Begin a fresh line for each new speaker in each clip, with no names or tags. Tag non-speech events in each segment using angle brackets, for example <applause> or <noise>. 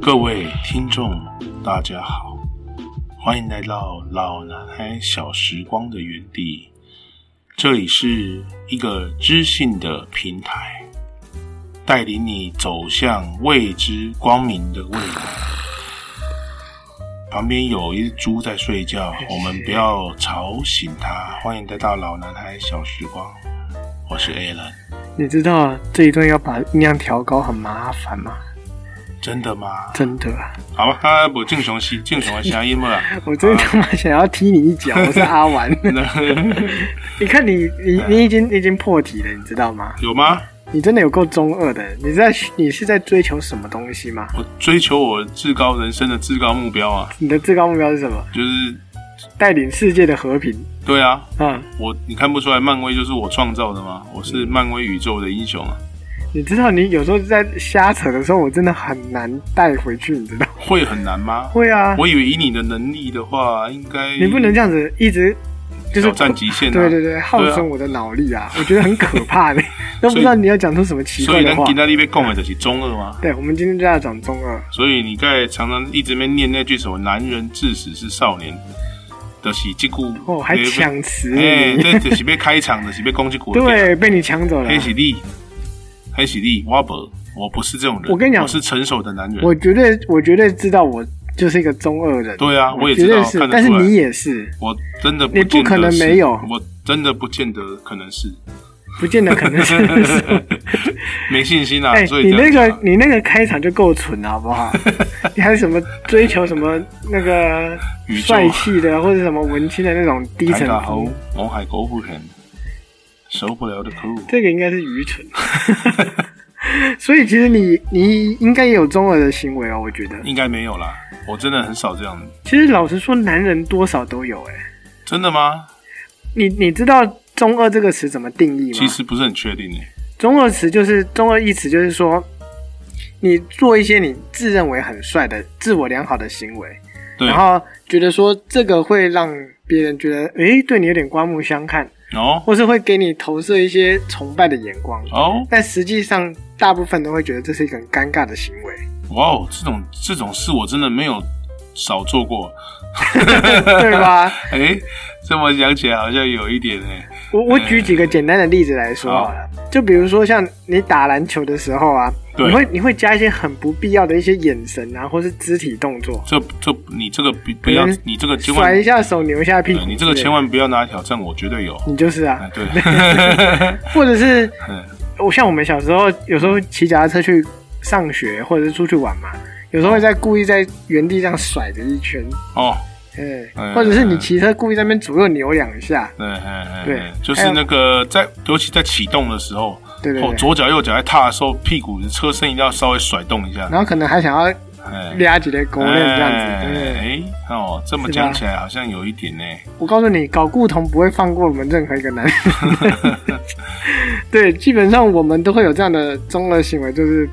各位听众，大家好，欢迎来到老男孩小时光的原地。这里是一个知性的平台，带领你走向未知光明的未来。旁边有一只猪在睡觉，我们不要吵醒它。欢迎来到老男孩小时光，我是 Alan。
你知道这一段要把音量调高很麻烦吗？
真的吗？
真的啊，
好吧，他不正常是正常的声音 <laughs> 嘛。
我真的他妈想要踢你一脚！我是阿丸，你看你你你已经你已经破题了，你知道吗？
有吗？
你真的有够中二的，你在你是在追求什么东西吗？
我追求我至高人生的至高目标啊，
你的最高目标是什么？
就是
带领世界的和平
对啊，
啊、
我你看不出来漫威就是我创造的吗？我是漫威宇宙的英雄啊，
你知道你有时候在瞎扯的时候，我真的很难带回去，你知道？
会很难吗？
会啊，
我以为以你的能力的话，应该
你不能这样子一直就是
挑战极限啊。
对对对，耗损我的脑力啊，我觉得很可怕的，都不知道你要讲出什么奇
所
怪
以
的
咱
话
今。天你被供的就是中二吗？
对，我们今天就要讲中二，
所以你在常常一直没念那句什么“男人至死是少年”，的、就是这句
哦，还抢词
哎、
你，
这就是被开场的，是被攻击
<laughs>
国。
对，被你抢走了
黑。喜力，黑喜力，我不，我不是这种人。
我跟你讲
我是成熟的男人。
我绝对，我绝对知道，我就是一个中二人。
对啊，我也
绝
知道
对，是
看，得
但是
出来。
你也是，
我真的
你
见
不
得是
可能没有
我真的不见得可能
<laughs>
是，
不见得可能
<laughs>
是。
没信心啊。
哎，
所以
你
这
那
样
个
讲啊
你那个开场就够蠢了，好
<laughs>
不好？你还有什么追求什么那个
宇宙
帅气的，或者什么文青的那种低
台
层
大
风
猴，我海狗不肯，受不了的哭。
这个应该是
<laughs>
愚蠢。所以其实你你应该也有中二的行为哦，我觉得。
应该没有啦，我真的很少这样。
其实老实说，男人多少都有哎、
真的吗？
你你知道“中二”这个词怎么定义吗？
其实不是很确定诶、欸
中二词就是“中二”一词，就是说你做一些你自认为很帅的、自我良好的行为，
对
然，后觉得说这个会让别人觉得诶对你有点刮目相看，
哦
或是会给你投射一些崇拜的眼光。
哦，
但实际上，大部分都会觉得这是一个很尴尬的行为。 <laughs>
哇哦，这种这种事我真的没有少做过。
对吧？
哎、这么讲起来好像有一点哎、
我我举几个简单的例子来说好了，就比如说像你打篮球的时候啊，
对
你会你会加一些很不必要的一些眼神啊，或是肢体动作，
这这你这个不不要
可能，
你这个千万呃
甩哎一下手，扭一下屁股
对，你这个千
万，
万不要拿来挑战我，绝对有。 <laughs>
你就是啊，
哎，
<laughs>
对，
或者是
嗯
我像我们小时候有时候骑脚踏车去上学或者是出去玩嘛，有时候会在故意在原地这样甩着一圈，
哦，
哎，
嗯
或者是你骑车故意在那边左右扭两下，
对，哎哎
对
哎就是那个在，尤其在启动的时候，
对对
哦，
对，
左脚右脚在踏的时候，屁股的车身一定要稍微甩动一下，
然后可能还想要
哎，
俩几的狗链这样
哎
子，对不对？
哎，哦，这么
是吧
讲起来好像有一点呢，
我告诉你，搞固酮不会放过我们任何一个男人。
<laughs>
对，基本上我们都会有这样的中二行为，就是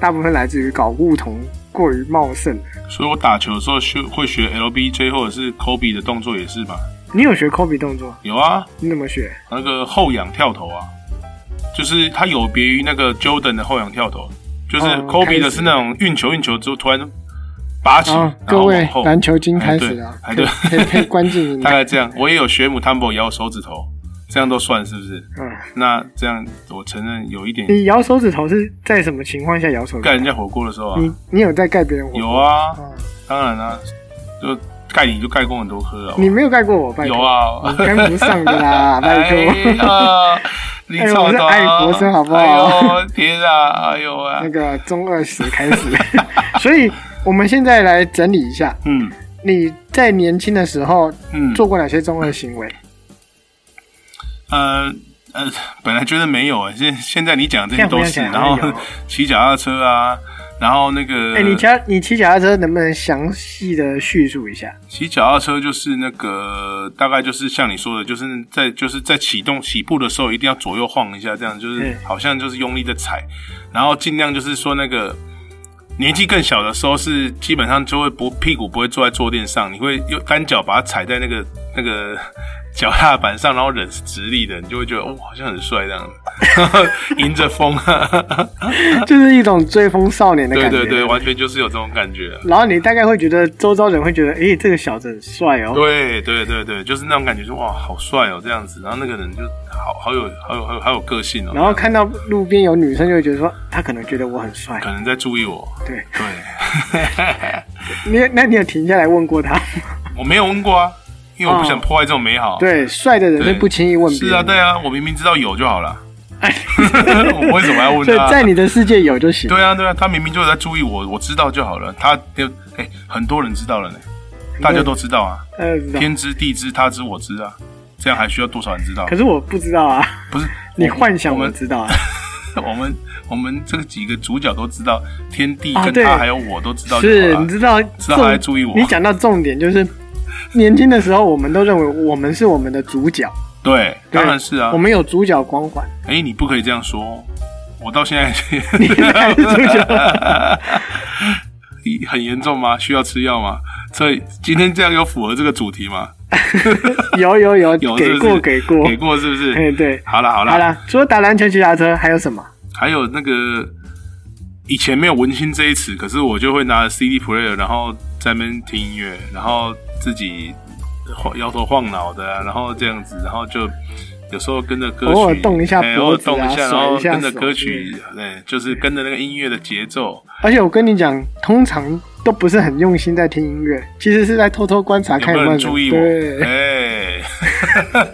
大部分来自于搞固酮过于茂盛。
所以我打球的时候学会学 LBJ 或者是 Kobe 的动作也是吧？
你有学 Kobe 动作？
有啊，
你怎么学？
那个后仰跳投啊，就是它有别于那个 Jordan 的后仰跳投，就是
哦
Kobe
开
的
始
是那种运球运球之后突然拔起，
啊，
然
各
后
位
往后，
篮球精开始了，
哎
可
对
以可以可以关静音
大
了。
概这样。我也有学母 Tumble 摇手指头，这样都算是不是？
嗯，
那这样我承认有一点
你摇手指头是在什么情况下摇手指
盖
头？
人家火锅的时候啊，
你你有在盖别人火锅？
有啊，
嗯。
当然啦、就盖你就盖过很多颗了。
你没有盖过我，拜托。
有，啊哎
你，跟不上的
<laughs>
啦，拜托。 <laughs>
托。你
哎
操
我是
刀
爱国生好不好
哎呦天啊，哎呦啊
<laughs> 那，个中二时开始， <laughs> 所以我们现在来整理一下，
嗯
你在年轻的时候
嗯，
做过哪些中二行为？
呃呃，本来觉得没有啊，现现在你讲的这些
这样
都
回
是，
想起
然
来
后
有哦
<laughs> 骑脚踏车啊，然后那个，
哎、你骑你骑脚踏车能不能详细的叙述一下？ <laughs>
骑脚踏车就是那个，大概就是像你说的，就是在就是在启动起步的时候，一定要左右晃一下，这样就是
嗯
好像就是用力的踩，然后尽量就是说那个年纪更小的时候是基本上就会不屁股不会坐在坐垫上，你会用单脚把它踩在那个那个脚踏板上，然后人是直立的，你就会觉得哦，好像很帅这样 <laughs> 子，迎着风、啊。
就是一种追风少年的
对
感觉。
对对，完全就是有这种感觉、啊。
然后你大概会觉得周遭人会觉得，诶，这个小子很帅哦。
对对对对，就是那种感觉说，哇，好帅哦，这样子。然后那个人就好好有好有好有好有个性哦。
然后看到路边有女生，就会觉得说，他可能觉得我很帅。
可能在注意我。
对
对，
你那你有停下来问过他吗？ <laughs>
我没有问过啊，因为我不想
哦
破坏这种美好。
对，帅的人
对
是不轻易问别
是
人。
啊，对啊，我明明知道有就好了，
哎，
<laughs> 我为什么要问
所以
他？
在你的世界有就行。
对啊，对啊，他明明就有在注意我，我知道就好了。他就哎、很多人知道了呢，大家都知道啊，
呃，知道
天知地知，他知我知啊，这样还需要多少人知道
可？是我不知道啊，
不是
你幻想
我
我
们
知道啊。
<laughs> 我们我们这几个主角都知道，天地
啊
跟
对，
他还有我都知道就是好
你
了。
知道
知道他在注意我
你讲到重点就是，年轻的时候我们都认为我们是我们的主角，
对，
对
当然是啊
我。们有主角光
<laughs>
环。
哎、你不可以这样说，我到现在
<laughs> 你才是主角，
很严重吗？需要吃药吗？所以今天这样有符合这个主题吗？
有有有，
有
给
是不
过
是
给过
给。过是不
哎，
是？
对，
好了好了
好啦，除了打篮球、骑脚踏车，还有什么？
还有那个以前没有文青这一词，可是我就会拿着 CD player，然后在那边听音乐，然后自己晃摇头晃脑的啊、然后这样子，然后就有时候跟着歌曲，
偶尔动一下
哎偶尔
脖子啊
动一下，然
甩
后
一下
跟着
手
歌曲，对，就是跟着那个音乐的节奏，
而且我跟你讲，通常都不是很用心在听音乐，其实是在偷偷观察
有
看
没
有
有
没有
人
人
注意我？
对，
哎，
<laughs>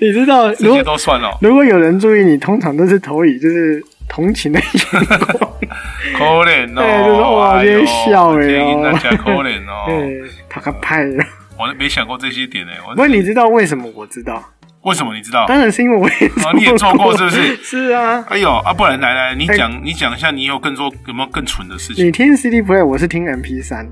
你知道，
这
如
些
果
都算哦。
如果有人注意你，通常都是投以就是同情的眼光。
可怜哦，
<laughs> 对就是哇
哎呦
这些笑的哦
这些囡仔真可怜哦，
<laughs> 对，他个派了。
我都没想过这些点呢。哎我
不过你知道为什么？我知道，
为什么你知道？
<laughs> 当然是因为我也做
哦，你也做过是不是？
是啊，
哎呦啊，不然来来，你
哎
讲、你讲一下，你有更多有没有更蠢的事情
你？听 CD player，我是听 MP 三。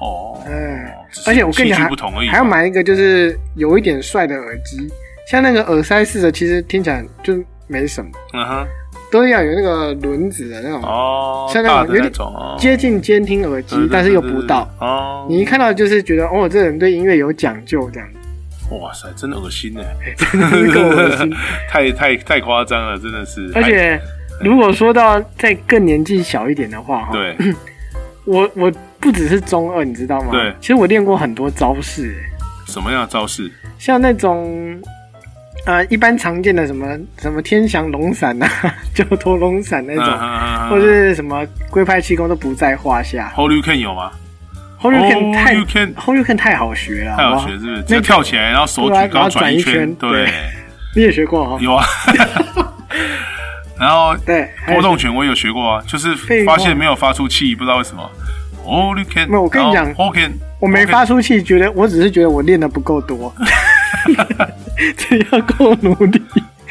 哦，
嗯哎
只是
而且我跟你
器具
讲
不同而已，
还要买一个就是有一点帅的耳机，像那个耳塞式的，其实听起来就没什么，
嗯哼，
都要有那个轮子的那种，
哦，
像那种
大的
有
那
点
种哦，
接近监听耳机
对对，
但是
对
又
对
不
对
到。
哦，
你一看到就是觉得哦，这人对音乐有讲
<laughs>
究这样，哎
哇塞，真的恶心呢，
<laughs> 真的是够恶心。
<laughs> 太太太夸张了，真的是，
而
哎
且如果说到再更年纪小一点的话，哈，
对，
我我不只是中二，你知道吗？
对
其实我练过很多招式，哎
什么样的招式？
像那种呃一般常见的什么什么天翔龙闪啊、 <laughs> 九头龙闪那
嗯
种，
哼
或是什么龟派气功都不在话下。
Holy Can 有吗？
后六 Ken 太
Holy Can
后六 Ken 太好学了，
哦太
好不
好
好
学是不是？只
那
要
个
跳起来，然后手
对啊
举
然
高
后转
一
一
圈，
圈
对，
你也学过哈？
有啊，
<laughs>
然后
对，还有
波动拳我也有学过啊，就是
废话
发现没有发出气，不知道为什么。哦，你看，
没有我跟你讲
，OK，
我没发出气，觉得我只是觉得我练的不够多，只要够努力。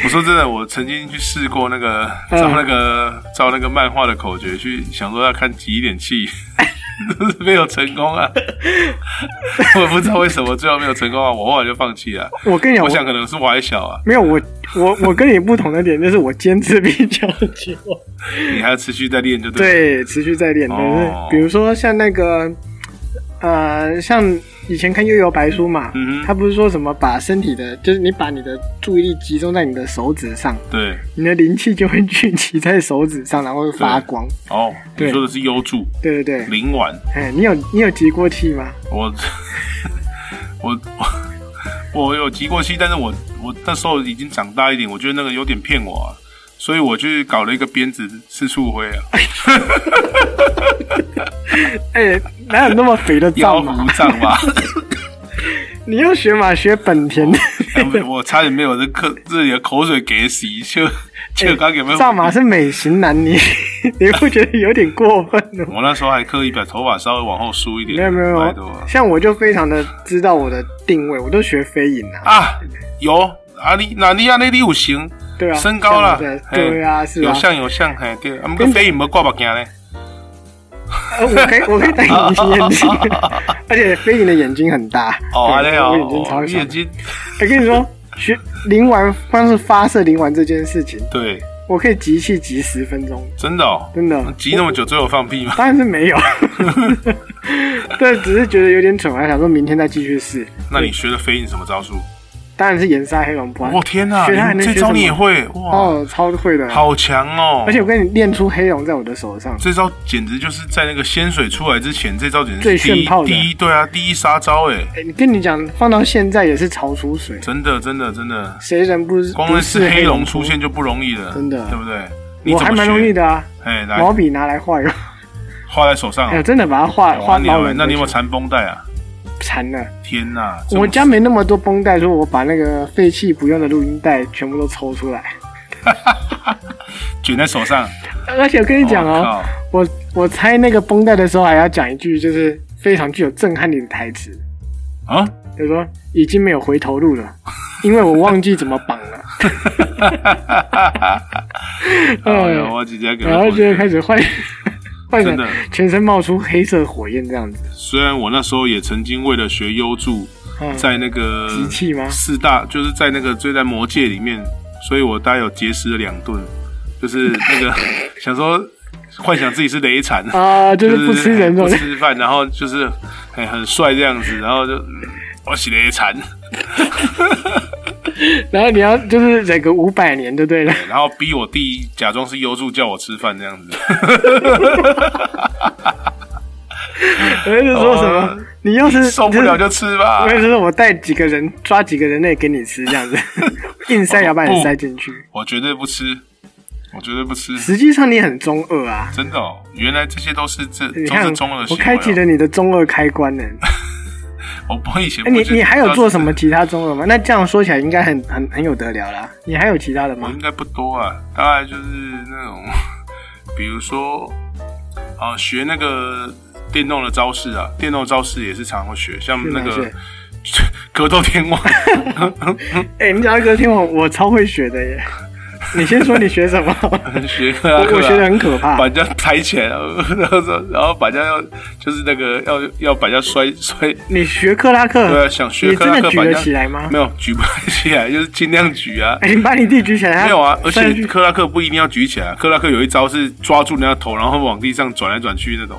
我说真的，我曾经去试过那个
嗯
照那个照那个漫画的口诀去，想说要看几点气， <laughs> 都是没有成功
<laughs>
啊。我不知道为什么最后没有成功啊，我后来就放弃了。
我跟你讲，
我想可能是我还小啊，
没有我我我跟你不同的点就是我坚持比较久，
你还要持续在练就对了。
对，持续在练。但是
哦
比如说像那个呃，像以前看《悠悠白书》嘛，
嗯哼
他不是说什么把身体的，就是你把你的注意力集中在你的手指上，
对，
你的灵气就会聚集在手指上，然后会发光。
哦，你
对
说的是幽助
对对对，
灵丸，
哎，你有你有集过气吗？
我 <laughs> 我 <laughs> 我我有集过气，但是我我那时候已经长大一点，我觉得那个有点骗我啊，所以我去搞了一个鞭子四处挥啊，
哎，哪有那么肥的
腰
藏马
鼓？杖吧，
你又学马学本田的
我差点没有这口这里的口水给死，就就刚给没有。
哎藏马是美型男，你你会觉得有点过分哦。
我那时候还刻意把头发稍微往后梳一点，
没有没有没
拜托啊
有，像我就非常的知道我的定位，我都学飞影啊，
啊，有啊你哪里啊那里有型，
对啊，
身高啦
这样子，
嘿
对啊，是
有
啊，
像有像，嘿对，啊，们个飞影没挂目镜嘞，
呃我可以我可以戴隐形眼
<laughs>
镜，而且飞影的眼睛很大，
哦，
对
阿嘞哦
我眼睛超
哦，
小
眼。睛
我跟你说，学灵丸光是发射灵丸这件事情，
对。
我可以集气集十分钟，
真的哦，
真的
急那么久，最后放屁吗？
当然是没
<laughs>
有，啊对，只是觉得有点蠢，我还想说明天再继续试。
那你学的飞影什么招数？
当然是盐沙黑龙江。
我哦天哪，
学他还
你
能
这
学
招你也
什么
会哇，
哦，超会的，
好强哦！
而且我跟你练出黑龙在我的手上，
这招简直就是在那个仙水出来之前，这招简直
最
是第一
炫炮的
第一对啊，第一杀招哎、
哎、你跟你讲，放到现在也是潮出水，
真的真的真的，
谁人不
光
不
认
是
识黑龙
龙
出现就不容易了，
真的
对不对？你
我
怎
还
么
蛮
学
容易，的啊，
哎、来
毛笔拿来画用，
画在手上、
哎、
啊，
真的把它画
哇
画
你
猫人，
那你有没有缠绷带啊？
馋了？
天哪，这
我
么
家没那么多绷带，所以我把那个废弃不用的录音带全部都抽出来。
卷在手上，
而且我跟你 <laughs> 讲
我
哦，
靠
我我拆那个绷带的时候还要讲一句就是非常具有震撼力的台词，
啊！
就是说已经没有回头路了， <laughs> 因为我忘记怎么
<laughs>
绑了。 <laughs>
哎呀，我直接给
然后就
他。
开始换 <laughs> 换
真
成
的
全身冒出黑色火焰这样子。
虽然我那时候也曾经为了学优助，
嗯，
在那个
集气吗
四大就是在那个追在魔界里面，所以我大概有结识了两顿，就是那
<laughs>
个想说幻想自己是雷惨，
啊，就是不吃人
不
肉，
吃饭，然后就是很很帅这样子，然后就嗯我是雷惨，
然后你要就是忍个五百年就对 <laughs> 了。
然后逼我弟假装是优助叫我吃饭这样子，
我就说什么
哦，
你要是
<laughs> 受不了就吃吧
我。也是，我带几个人，抓几个人类给你吃，
<laughs>
这样子，硬塞也要把你塞进去。
我绝对不吃，我绝对不吃，
实际上你很中二啊！
真的哦，原来这些都是这
你
都
看
是中二的，
我
行
开启
为啊
了你的中二开
<laughs>
关呢。
哦。我以前
哎
不
你
知
你还
道
有
是
做什么其他中二吗？那这样说起来，应该很很很有得聊啦。你还有其他的
我
吗
应？该不多啊，大概就是那种，比如说，啊，学那个电动的招式啊，电动的招式也是常会学，像那
是
个
哪
<laughs> 格斗天王，
哎、你讲一个听我，我超会学的耶。你先说你学什么？
<laughs> 学克
我
拉克
我
啊
学的很可怕
把。人家抬起来，然后说，然后把人家要就是那个要要把人家摔摔，
你学克拉克，
对啊，想学
你
克
真
拉
的
克
举
把
得
人家
起来吗？
没有举不起来，就是尽量举啊。
哎、你把你弟举起来，他
没有啊，而
摔下
且
去
克拉克不一定要举起来，克拉克有一招是抓住人家头，然后往地上转来转去那种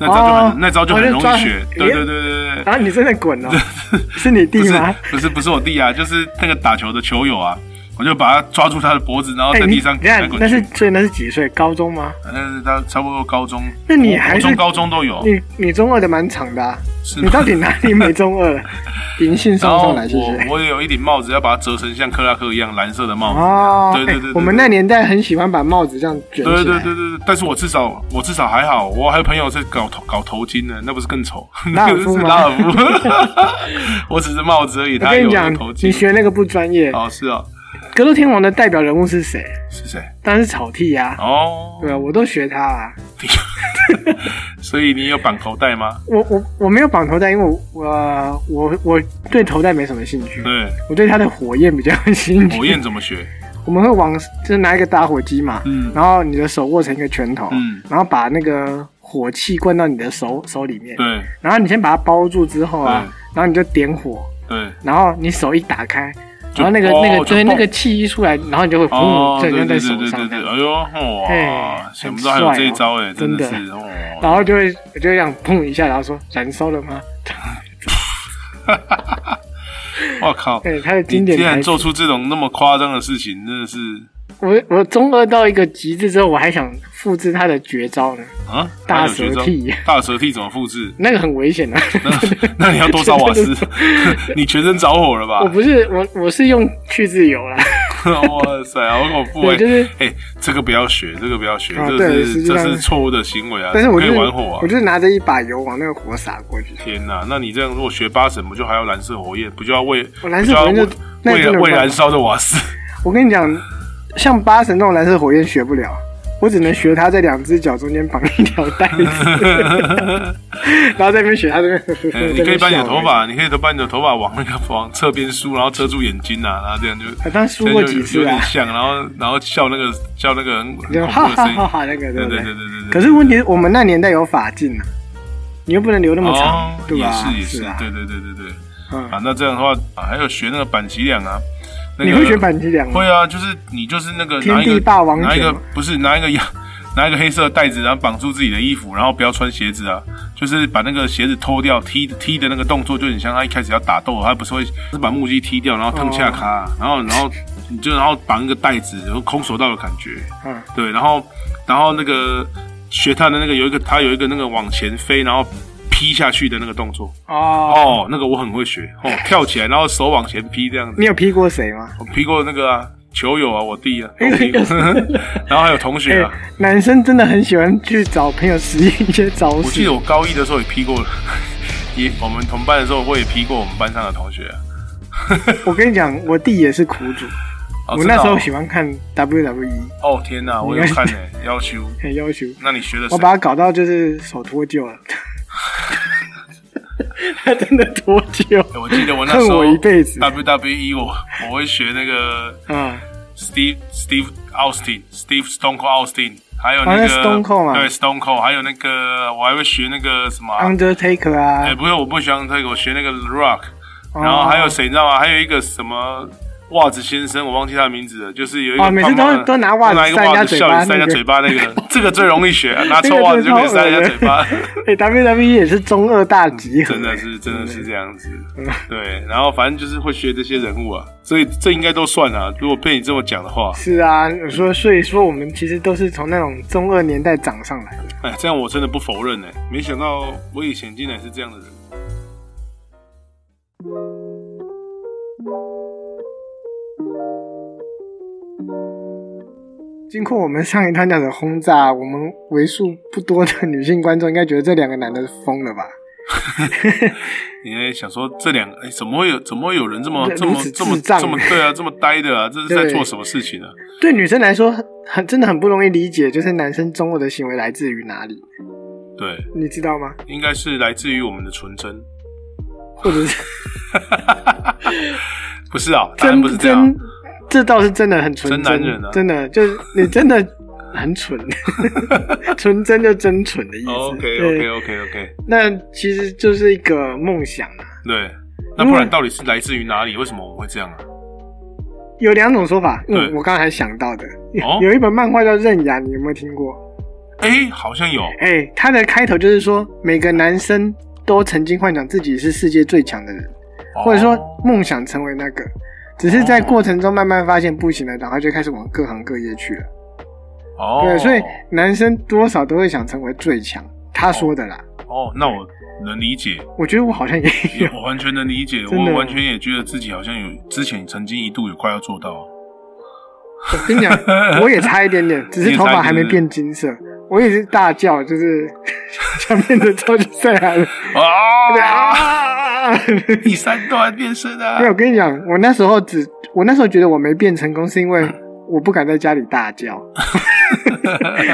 啊，那招就很、
哦
那招就很容易学
哦就，抓
对对对对对，
啊，你真的滚
<laughs>
哦！是你
不
弟
是
吗？哎
不是不是我弟啊，就是那个打球的球友啊，我就把他抓住他的脖子，然后
哎、
哦在
你
地上
等一
滚来
下
滚去
那是，所以那是几岁？高中吗？
那是他差不多高中，
那你
国
还
哦国
是
中高中都有，
你你中二的蛮长的、啊，
是
你
吗
到底哪里没中
<laughs>
二了？银杏
然
送
后
上来，谢
我
谢。
我也有一顶帽子，要把它折成像克拉克一样蓝色的帽子，
哦，
对对对
哎
对对
我们那年代很喜欢把帽子这样卷起来。
对对对对，对，但是我至少我至少还好，我还有朋友是搞头搞头巾的，那不是更
<laughs>
丑？
拉
那
尔
个
夫
是
吗
拉尔夫， <laughs> 我只是帽子而已，
我
他
跟
有
你讲
头，
你
巾。
学那个不专业。
哦，是哦，
格斗天王的代表人物是谁？
是谁？
当然是草剃呀、
哦，
对啊，我都学他啊。
所以你有绑口袋吗？
我我我没有绑头带，因为我我我我对头带没什么兴趣， <laughs>
对，
我对他的火焰比较有兴趣。
火焰怎么学？
我们会往就是拿一个打火机嘛，
嗯
然后你的手握成一个拳头，
嗯
然后把那个火气灌到你的手手里面，
对
然后你先把它包住之后啊
对，
然后你就点火，
对，
然后你手一打开，
就
然后那个、
哦
那个
就
对
爆
那个气一出来，然后你就会
哦，
砰，
对
就
对
像在
对
手
对对
上
对
这
对，
样，
哎呦哇，
嘿
想不到还有这一招哎，
很帅
真
哦
的
真
是哦，
然后就会我就会这样砰一下，然后说燃烧了吗？
我靠，
对，哎他的经
你
典
竟
台
然
词
做，出这种那么夸张的事情，真的是
我我中二到一个极致之后，我还想复制他的绝招呢，
啊，
大
还有绝
蛇
招
剃，
大蛇剃怎么复制？
那个很危险的、啊
那那你要多少瓦斯？你全身着火了吧
我？不是我我是用去自由
<laughs>
啦。
哇塞，好恐怖哎、
对就是
哎、这个不要学，这个不要学，
啊
这
对实
是
际
这
上
是错误的行为啊！
但是我
怎
就
么可
是
以玩火啊
我！就是拿着一把油往那个火撒过去。
天哪、那你这样如果学八神，不就还要燃色火焰，不就要为
我燃色火焰
不就要
就那
为
真
为
的有
为
办法
燃烧的瓦斯？
我跟你讲，像八神那种蓝色火焰学不了，我只能学他在两只脚中间绑一条带子，
<laughs>
然后在那边学他这边。
哎你可以把你的头
啊
发，你可以都把你的头发往那个往侧边梳，然后遮住眼睛啊，然后这样就。，
当然
这
输
样
过
就
几
有
次
点
啊，
像，然后然后笑那个笑那个很很
就
恐
哈
怖的
哈
声音
哈，哈那个，
对对
不对
对对？对对。
可是问题是我们那年代有法镜啊，你又不能留那么
哦
长，，对
也
吧
是？也是
啊，，
对对对对对。
嗯
啊，那这样的话，啊、还有学那个板脊梁啊，那个啊
你会学板机梁吗
会？啊，就是你就是那个
天
拿一
地
个
霸王
拿一
卷
个 <laughs>
吗
不是拿一个羊拿一个黑色的袋子，然后绑住自己的衣服，然后不要穿鞋子啊，就是把那个鞋子脱掉，踢踢的那个动作，就很像他一开始要打斗，他不是会是把木屐踢掉，然后烫下卡、然后然后你就然后绑一个袋子，然后空手道的感觉，
嗯，
对，然后然后那个学他的那个有一个他有一个那个往前飞，然后劈下去的那个动作，
哦，
哦，那个我很会学，
<laughs>
哦，跳起来然后手往前劈这样子
你，有劈过谁吗？
我劈过那个啊。球友啊，我弟
<laughs>
啊，都劈过， <laughs> 然后还有同学啊，
哎男生真的很喜欢去找朋友实验一些招
我记
式
得。我高一的时候也劈过， <laughs> 也我们同班的时候我也劈过我们班上的同学、啊。
我跟你讲，我弟也是苦主，
哦
我
真的
那时候
哦
喜欢看 WWE，
哦天
<laughs>
哪，我有看呢、要求。
很要求。
那你学的
我
谁？
把他搞到就是手脱臼了， <laughs> 他真的脱臼，
哎我记得我那
<laughs> 恨
时候
我一辈子
WWE 我我会学那个
嗯，
Steve Steve Austin Steve Stone Cold Austin，还有
哦
那
那
个
Stone Cold 嘛
对 Stone Cold，还有那个我还会学那个什么啊、
Undertaker
哎、
啊，
不是，我不喜欢这个，我学那个 Rock，
哦
然后还有谁你知道吗？还有一个什么袜子先生，我忘记他的名字了，就是有一个
哦每次都
胖胖的
都拿袜子
拿一个
塞人家
袜子
嘴
笑
巴
你塞人家
那个
嘴巴那
<laughs>
个，这个最容易学，啊拿臭袜子就可以塞人家嘴巴，
哎、WWE 也是中二大集合、
嗯真的是真的是这样子。
嗯
对，然后反正就是会学这些人物啊，所以这应该都算啊。如果被你这么讲的话，
是啊，我说所以说我们其实都是从那种中二年代长上来的。
<laughs> 哎，这样我真的不否认呢、欸没想到我以前竟然是这样的人。
<laughs> 经过我们上一段讲的轰炸，我们为数不多的女性观众应该觉得这两个男的疯了吧？
你还想说这两个，哎、怎么会有怎么会有人这
<laughs>
么
对
这么
如此
这么
智障欸
这么对啊，这么呆的啊？这是在
对
做什么事情呢、啊？
对女生来说，很很真的很不容易理解，就是男生中二的行为来自于哪里，
对，
<laughs> 你知道吗？
应该是来自于我们的纯真， <laughs>
或者是
不是啊？当然
真
不是这样
真，，这倒是真的很纯真，
真男人啊
真的就是你真的很蠢， <laughs> 纯真就真蠢的意思。
OK
对
OK OK OK，
那其实就是一个梦想啊。
对，那不然到底是来自于哪里？为什么我们会这样啊？
有两种说法，嗯，
对
我刚才想到的，
哦
有一本漫画叫《刃牙》，你有没有听过？
哎、好像有，
哎、它的开头就是说，每个男生都曾经幻想自己是世界最强的人，或者说
哦
梦想成为那个，只是在过程中慢慢发现不行了，然后就开始往各行各业去了。
哦，
对，所以男生多少都会想成为最强，他说的啦。
哦，那我能理解，
我觉得我好像也
也
有，
我
<laughs>
完全能理解，
真的
我完全也觉得自己好像有之前曾经一度有快要做
<laughs>
到，
我跟你讲，我也差一点 <laughs> 点，只是头发还没变金色。我也是大叫，就是 <laughs> 想变成超级赛亚人。对
啊，
<laughs> 啊！
第三段变身啊
没，有，我跟你讲，我那时候只，我那时候觉得我没变成功，是因为
嗯
我不敢在家里大叫。 <laughs>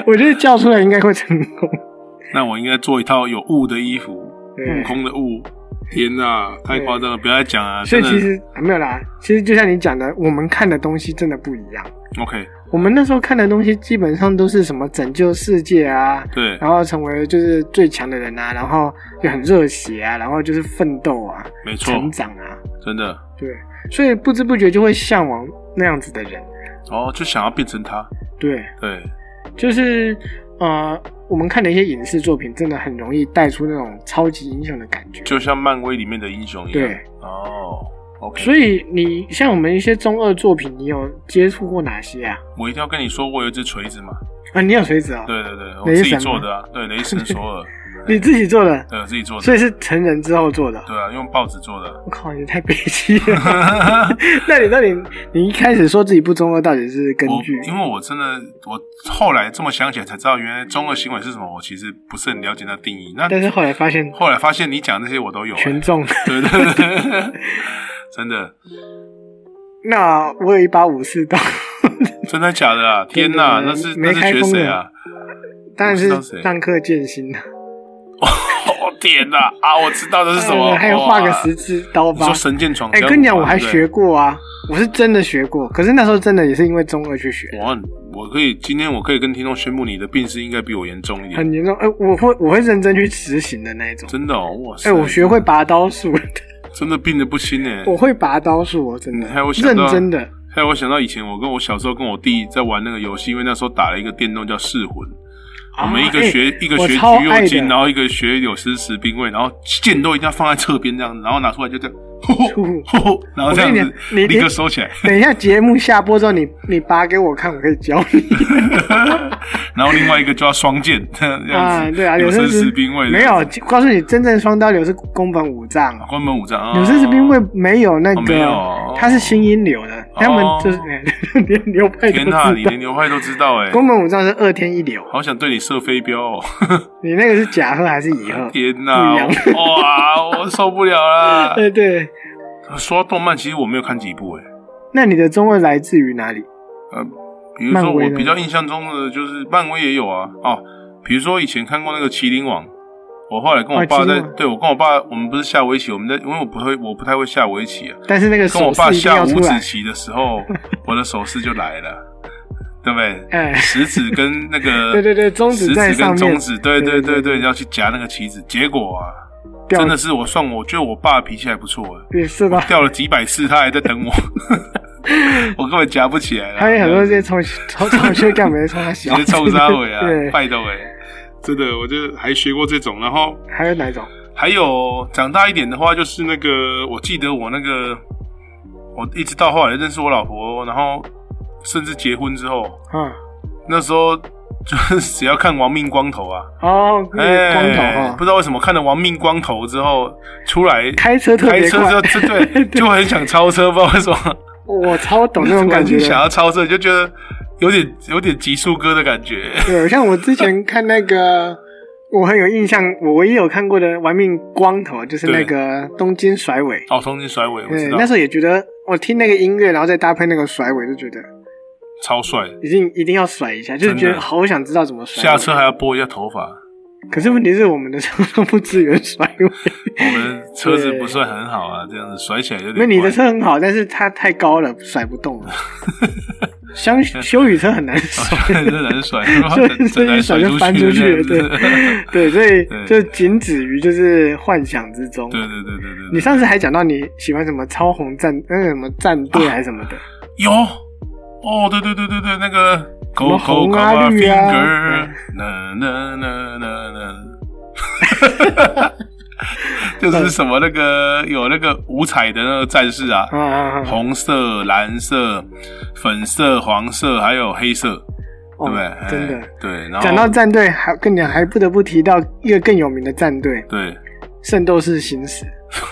我觉得叫出来应该会成功。
那我应该做一套有雾的衣服，
对
悟空的雾。天呐、太夸张了！不要再讲了，
所
真
以
的。
其实没有啦，其实就像你讲的，我们看的东西真的不一样。
OK，
我们那时候看的东西基本上都是什么拯救世界啊，
对
然，后成为就是最强的人啊，然后就很热血啊，然后就是奋斗啊，
没错，
成长啊，
真的。
对，所以不知不觉就会向往那样子的人，
哦，就想要变成他。
对，
对，
就是呃，我们看的一些影视作品，真的很容易带出那种超级英雄的感觉。
就像漫威里面的英雄一样。
对，
哦，OK。
所以你像我们一些中二作品，你有接触过哪些啊？
我一定要跟你说，我有一只锤子嘛。
啊，你有锤子啊、哦？
对对对，我
雷
自己
神
做
吗
的啊。对，雷神
<laughs>
索尔。
你自己做的，
对，我自己做的
所。以是成人之后做的。
对啊，用报纸做的。
<laughs> 我靠，你太悲戚了。
<laughs>
那你那你你一开始说自己不中二，到底是根
我
据？
哦因为我真的，我后来这么想起来才知道，原来中二行为是什么。我其实不是很了解那定义。那
但是后来发现
后来发现你讲那些我都有、啊
全中。
对对对，真的，
那我有一把武士
<laughs>
刀，
真的假的啊？天哪，
真的
那是
没
那是
开
学
封的
谁啊？
当然
武士
是
刀谁
浪客剑心了。
哦天哪啊！我知道这是什么，
哎还有画个十
哇
字刀
你
疤
说。神剑闯
哎、
江湖啊？
跟你讲，我还
对不
学
对。
过啊，我是真的学过。可是那时候真的也是因为中二去学，
我我可以今天我可以跟听众宣布，你的病是应该比我严重一点
很，严重。哎、我会我会认真去执行的那一种。
真的哦，哇塞！
哎、我学会拔刀术，
真的病的不轻哎。
<laughs> 我会拔刀术，我真的
你害我嗯想
认
到啊
真的。
还有我想到以前我跟我小时候跟我弟在玩那个游戏，因为那时候打了一个电动叫《噬魂》，我们一个
哎
学、一个
我
学
超
橘
爱
右
的
京，然后一个学柳丝石兵卫，然后剑都一定要放在侧边这样子，然后拿出来就这样，吼吼吼吼，然后这样子
我跟你讲你
立刻收起来， <laughs>
等一下节目下播之后你，你拔给我看，我可以教你
然后另外一个就要双剑这样子，
啊。对啊，
柳
柳
丝
生
石
石
兵卫
没有，告诉你，真正双刀流是宫本武藏，
关门五藏啊，
柳生石兵卫没有那
哦没有
个，
哦，
他是新英流的，他们就是哎 <laughs> 连流派都
天呐，你
知道
连。流派都知道哎、
宫本武藏是二天一流，
好想对你射飞镖哦！
你那个是甲贺还是
<laughs>
乙贺？
天呐，
不一
哇，我受不了啦！
对对，
说到动漫，其实我没有看几部哎、
那你的中文来自于哪里？
呃，比如说
漫威
我
的
比较印象中的就是漫威也有啊，哦，比如说以前看过那个《麒麟王》，我后来跟我
哦
爸
麒麟
在，
王
对我跟我爸，我们不是下围棋，我们在，因为我不会，我不太会下围棋啊，
但是那个
跟我
手势
爸
一定
下
要
五
出
子
来。
棋的时
<laughs>
候，我的手势就来了，对不对？
哎，
食指跟那个，
<laughs> 对对对中指
食
在
指
上
跟
面
中指，对对
对
对
对
对，要去夹那个棋子，结果啊，
掉
真的是我算我，我觉得我爸脾气还不错啊，
也是
<laughs>
吧？
掉了几百次，他还在
<laughs>
等我，我根本夹不起来啊。
他也很多这些从从从学干没从他
直
小，
接冲杀尾啊，
<laughs> 对，
拜的尾，真的，我就还学过这种。然后
还有哪一种？
还有长大一点的话，就是那个，我记得我那个，我一直到后来认识我老婆，然后甚至结婚之后，
啊，
那时候就是只要看亡命光头啊，
哦，那个光头啊
哎
哈
不，知道为什么看了亡命光头之后出来。
开车特
开
别
车之后，
<laughs> 快，
这对就很想超车，不知道为什么，
我超 <laughs> 懂那种感觉
就想
的。
要超车，就觉得有点有点极速哥的感觉。
<laughs> 对，像我之前看那个，我很有印象，我唯一有看过的《玩命光头》就是那个东京甩尾。
哦，东京甩尾，我
对
知，道，
那时候也觉得，我听那个音乐，然后再搭配那个甩尾，就觉得
超帅的。
一定一定要甩一下，就是
真的
觉得好想知道怎么甩。
下车还要拨一下头发，
<laughs> 可是问题是我们的车都不支援甩尾。
我们车子不算很好啊，这样子甩起来有点怪。
那你的车很好，但是它太高了，甩不动
<laughs>
了。相修理车很难甩，
<laughs> 真的难
<laughs>
甩，
就
哦真
是
难
一甩
甩
就翻
出
出去了，
这样子
对对，所
<laughs>
以就仅止于就是幻想之中。
对对对对对
你
对，
上次还讲到你喜欢什么超红战那个什么战队还是什么的，
有哦，对对对对对，那个狗狗
么红
狗
啊绿啊 <laughs>
finger，那那那那 <laughs> 那。就是什么那个有那个五彩的那个战士啊，
啊啊啊，
红色、蓝色、粉色、黄色，还有黑色，对
哦
不对？
真
哎
的。
对。然后
讲到战队，还跟你还不得不提到一个更有名的战队
对，
——圣斗士星矢，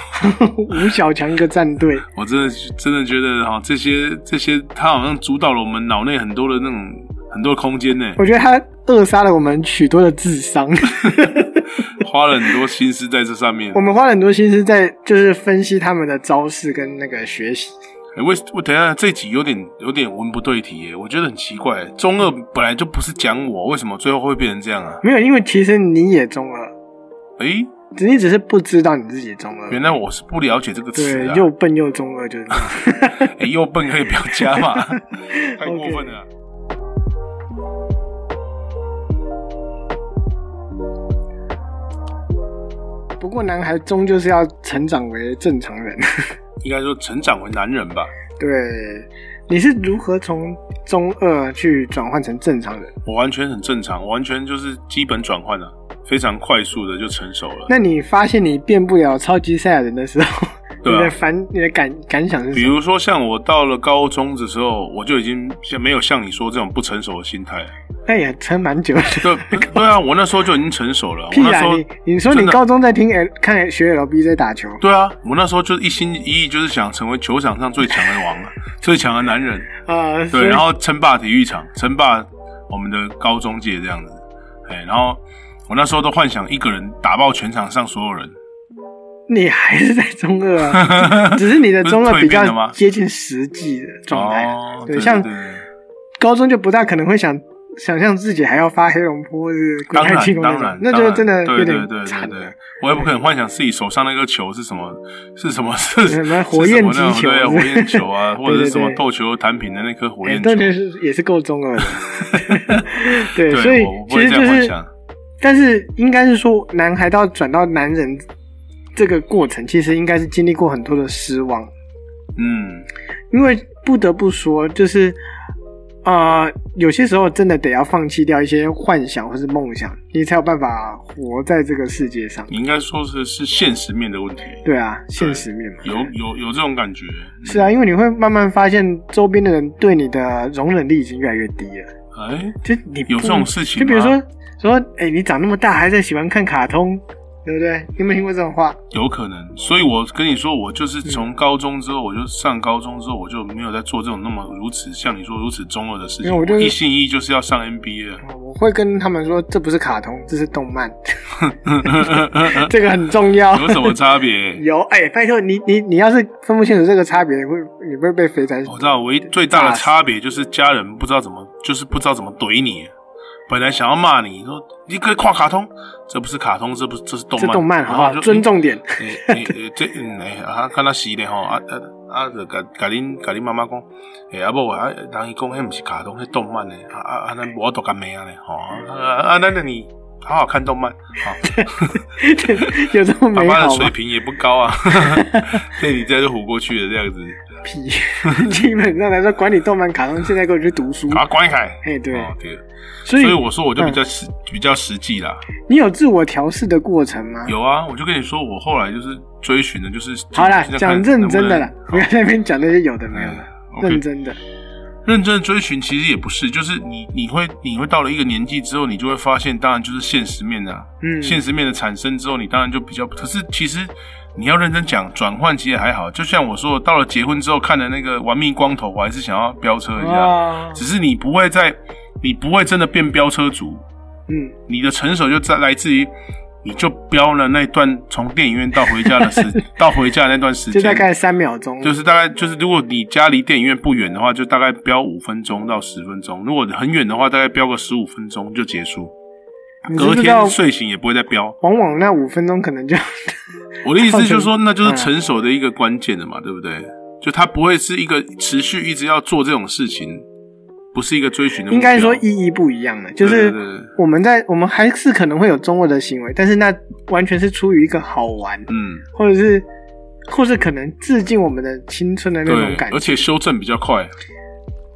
<laughs> 吴小强一个战队。
我真的真的觉得哈，这些这些，他好像主导了我们脑内很多的那种很多空间呢，
我觉得他扼杀了我们许多的智商。 <laughs>
花了很多心思在这上面
我。们花了很多心思在就是分析他们的招式跟那个学习。
哎为我等一下这集有点有点文不对题耶，我觉得很奇怪。中二本来就不是讲我，为什么最后会变成这样啊？
没有，因为其实你也中二，
诶，
只你只是不知道你自己中二。
原来我是不了解这个词
对，
啊。
又笨又中
<laughs>
二就是这样。
哎，又笨可以不要加
<laughs>
嘛，太过分了。啊
不过男孩终究是要成长为正常人。
应该说成长为男人吧。
对，你是如何从中二去转换成正常人？
我完全很正常，我完全就是基本转换了、啊非常快速的就成熟了。
那你发现你变不了超级赛亚人的
<laughs>
时候，
对啊
你的反你的感感想是
比
什么？
如说，像我到了高中的时候，我就已经像没有像你说这种不成熟的心态了。
那也撑
<laughs>
蛮久的。 <laughs>
对对啊，我那时候就已经成熟了。我
屁
那
啦
时！候
你你说你
真的
高中在听 L 看学 LB 在打球，
对啊，我那时候就一心一意就是想成为球场上最强的
<laughs>
王，啊最强的男人。
啊，所
对，
以
然后称霸体育场，称霸我们的高中界这样子。哎，然后我那时候都幻想一个人打爆全场上所有人。
你还是在中二啊，
<laughs>
只只是你的中
不
二
是蜕
比
变了吗
较接近实际的状态。啊
哦对
对，像
对对
高中就不大可能会想想象自己还要发黑龙坡或是国
当
泰
然
轻，功
当
那
然
种，，那就真的
当
有
然对对
点
对对
惨
对
了。，
我也不可能幻想自己手上那个球是什么， <laughs> 是什么是是
什么
什
火焰
么那种
击球
对火
<laughs>
焰球啊，或者是
对对
什么
对
斗球弹平的那颗火
哎
焰球
但。是也是够中二的， <laughs>
<laughs>
对，
对，
所以
我我不
其
会
实
这
就
样幻
是，
想。
但是应该是说，男孩到转到男人这个过程，其实应该是经历过很多的失望，
嗯，
因为不得不说，就是呃，有些时候真的得要放弃掉一些幻想或是梦想，你才有办法活在这个世界上。
你应该说是是现实面的问题，
对啊，现实面嘛，
有有有这种感觉，嗯
是啊，因为你会慢慢发现周边的人对你的容忍力已经越来越低了。
哎、
就你不
有这种事情吗
就比如说说，哎、你长那么大还在喜欢看卡通，对不对？你有没有听过这种话？
有可能。所以我跟你说，我就是从高中之后，我就上高中之后，我就没有在做这种那么如此像你说如此中二的事
因
情。
为我就是
一心一意就是要上 NBA 了。
我会跟他们说，这不是卡通，这是
<laughs>
动漫，这个很重要。
有什么差别？
<laughs> 有哎、拜托你你你要是分不清楚这个差别，你会你会被肥宅。
我知道，唯一最大的差别就是家人不知道怎么，就是不知道怎么怼你。本来想要骂你，说你可以跨卡通，这不是卡通，这不是这是动
这
漫，
动漫好不
然后
好？
就
尊。
<laughs>
重点。 <laughs>
你你你这嗯哎，啊，看他死咧吼，啊啊啊，就甲甲恁甲恁妈妈讲，哎啊无啊，人伊讲迄毋是卡通，迄动漫咧，啊啊啊，咱无度甲骂咧吼，啊啊，那那你好好看动
<laughs>
漫，好，
有这么
爸
美
爸的
好
水
吗？
平也不高啊， <laughs> 被你这样就唬过去了这样子，
屁！ <laughs> 基本上来说，管理动漫卡通，现在给我去读书。
啊，关凯，
嘿对
哦对，
所以嗯
所以我说我就比较实比较实际啦，
你有自我调试的过程吗？
有啊，我就跟你说，我后来就是追寻的就是，
好啦
现，在看
讲认真的啦
能，
不要在那边讲那些有的没有
哎
的，
不能
认
OK
真的。
认真的追寻其实也不是，就是你你会你会到了一个年纪之后，你就会发现，当然就是现实面啊，
嗯
现实面的产生之后，你当然就比较。可是其实你要认真讲，转换其实也还好。就像我说，到了结婚之后看的那个《玩命光头》，我还是想要飙车一下，
啊，
只是你不会在，你不会真的变飙车族，
嗯，
你的成熟就在来自于。你就飙了那段从电影院到回家的
<laughs>
时，到回家的那段时
就
间，
大概三秒钟，
就是大概就是，如果你家离电影院不远的话，就大概飙五分钟到十分钟；如果很远的话，大概飙个十五分钟就结束。
你知
隔
不知道
天，睡醒也不会再飙。
往往那五分钟可能就
我的意思就是
造
说，那就是成熟的一个关键了嘛，
嗯
对不对？就他不会是一个持续一直要做这种事情，不是一个追寻的目标。
应该说意义不一样了，就
对对
是。
对对
我们在我们还是可能会有中二的行为，但是那完全是出于一个好玩，
嗯，
或者是，或是可能致敬我们的青春的那种
对，
感觉
而。且修正比较快。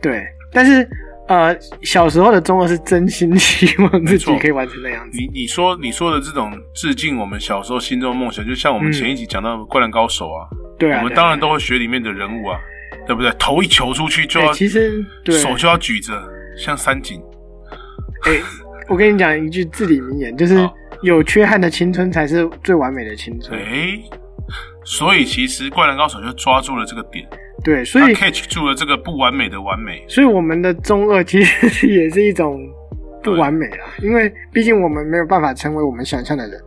对，但是呃，小时候的中二是真心希望自己
没错
可以完成那样子。
你你说你说的这种致敬我们小时候心中的梦想，就像我们
嗯
前一集讲到《灌篮高手》啊，
对啊，
我们
对啊
当然都会学里面的人物啊，对不对？投一球出去就
对啊
要，
其实对，
手就要举着，像三井。
哎、我跟你讲一句至理名言，就是
好
有缺憾的青春才是最完美的青春。
哎，所以其实《灌篮高手》就抓住了这个点，
对，所
他
以
catch 住了这个不完美的完美。
所以我们的中二其实也是一种不完美啦，因为毕竟我们没有办法成为我们想象的人。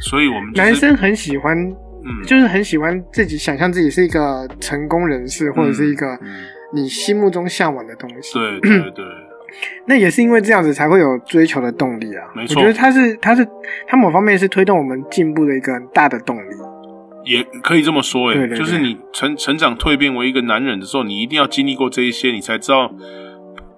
所以我们、就是、
男生很喜欢，
嗯，
就是很喜欢自己想象自己是一个成功人士，或者是一个
嗯
你心目中向往的东西。
对
<clears throat>
对对，
那也是因为这样子才会有追求的动力啊。
没错
我觉得它是它是它某方面是推动我们进步的一个很大的动力。
也可以这么说、哎，
对对对
就是你成成长蜕变为一个男人的时候，你一定要经历过这一些，你才知道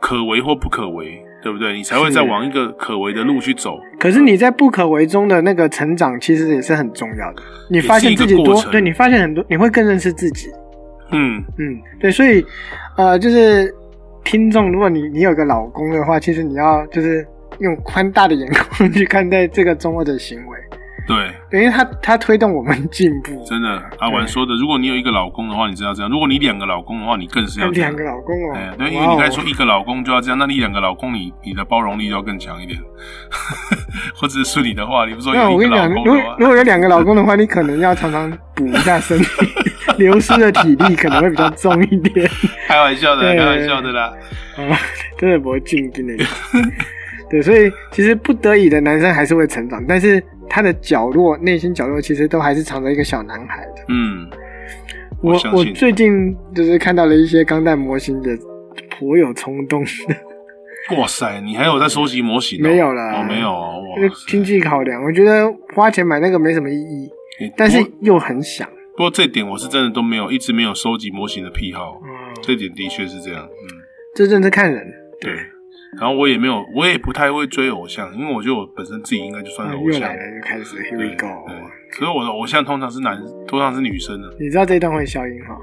可为或不可为，对不对？你才会
是
再往一个可为的路去走。
可是你在不可为中的那个成长，其实也是很重要的。你发现自
也
己
是一个
多
过，程
对你发现很多，你会更认识自己。
嗯，
嗯，对，所以呃，就是听众，如果你你有个老公的话，其实你要就是用宽大的眼光 <laughs> 去看待这个中二的行为，
对。
对因为他他推动我们进步。
真的，阿
对
玩说的，如果你有一个老公的话，你知道这样；如果你两个老公的话，你更是要
有
这样
两个。老公哦，
哎，对，因
哇
为
哦
你刚才说一个老公就要这样，那你两个老公你，你的包容力就要更强一点。 <laughs> 或者是你的话，你不说
那
有
我
一个
跟你
老
讲，
公
如
的
果
话
如，果有两个老公的话，你可能要常常补一下身体， <laughs> 流失的体力可能会比较重一点。
开玩笑的啦，
对
开玩笑的啦。
啊，真的不会进进那个。对，所以其实不得已的男生还是会成长，但是他的角落、内心角落其实都还是藏着一个小男孩的。
嗯，我
我
相
我
信
最近就是看到了一些钢弹模型也颇有冲动的，
哇塞，你还有在收集模型、哦？
没有啦
哦，没有哦，
<laughs> 因为
哇塞
经济考量，我觉得花钱买那个没什么意义，
你
但是
不过
又很想。
不过这点我是真的都没有，一直没有收集模型的癖好，
嗯，
这点的确是这样。嗯。
这真是看人。
对。然后我也没有，我也不太会追偶像，因为我觉得我本身自己应该就算
啊
是偶
又
像。
来了，又开始，Here
嗯对
we
对
go。，
所以我的偶像通常是男，通常是女生
<laughs>
的，
你知道这一段会消音哈？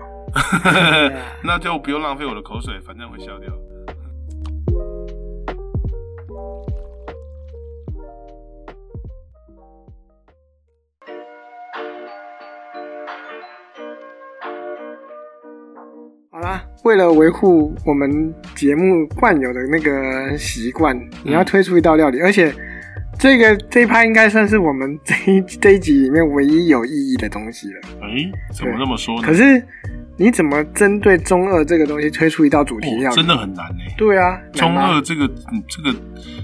嗯
啊
那就不用浪费我的口水，反正会消掉。
好啦，为了维护我们节目惯有的那个习惯，
嗯
你要推出一道料理，而且这个这一趴应该算是我们这一这一集里面唯一有意义的东西了。
哎、怎么那么说呢？
可是你怎么针对中二这个东西推出一道主题料
哦
理？
真的很难呢、
对啊，难
中
吧
二这个嗯这个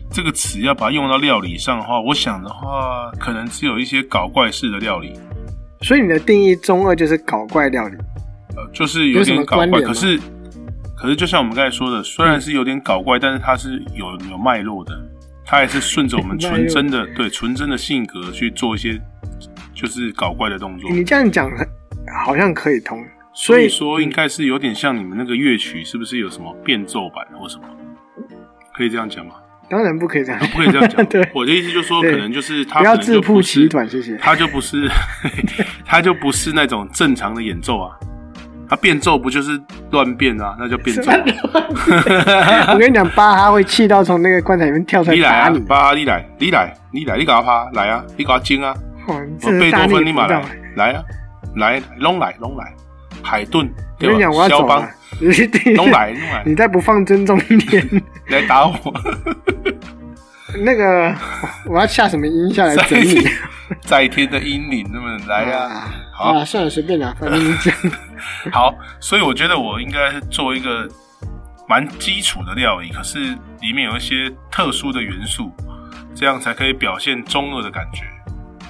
这个词要把它用到料理上的话，我想的话，可能只有一些搞怪式的料理，
所以你的定义中二就是搞怪料理，
呃，就是有点搞
有什么关
怪，
联
可
吗嗯
是可是就像我们刚才说的，虽然是有点搞怪，但是它是有有脉络的，它也是顺着我们
<laughs> 脉络
纯真的对纯真的性格去做一些就是搞怪的动作。
你这样讲好像可以通。
所
嗯所
以
以嗯
说，应该是有点像你们那个乐曲，是不是有什么变奏版或什么？可以这样讲吗？
当然不可以这样，
不可以这样讲。
<laughs> 对
我的意思就是说，
对
可能就是他
<laughs> 不要
可能就
自曝
不是
其短，谢
<laughs>
谢。
他就不是，他就不是那种正常的演奏啊。他变奏不就是乱变啊？那叫变奏、啊。
我跟你讲，巴哈会气到从那个棺材里面跳出
你来
打
啊
你。，
巴你来，你来，你来，你搞他来啊，你搞精啊，
哇，
我
哦这
贝
是大
多芬
逆
你
不
马
道
来。来啊，来拢来拢来，海顿
我
对
跟你讲，我
吧？
要
肖
走
邦
了。 <laughs> 你一定
拢来拢来
<laughs> 你再不放尊重一点， <laughs>
来打我，
那个我要下什么音下来
<laughs>
整你？
在天的英灵，那么来啊，好
啊，算了，随便啦，反正你讲。
好，所以我觉得我应该是做一个蛮基础的料理，可是里面有一些特殊的元素，这样才可以表现中二的感觉。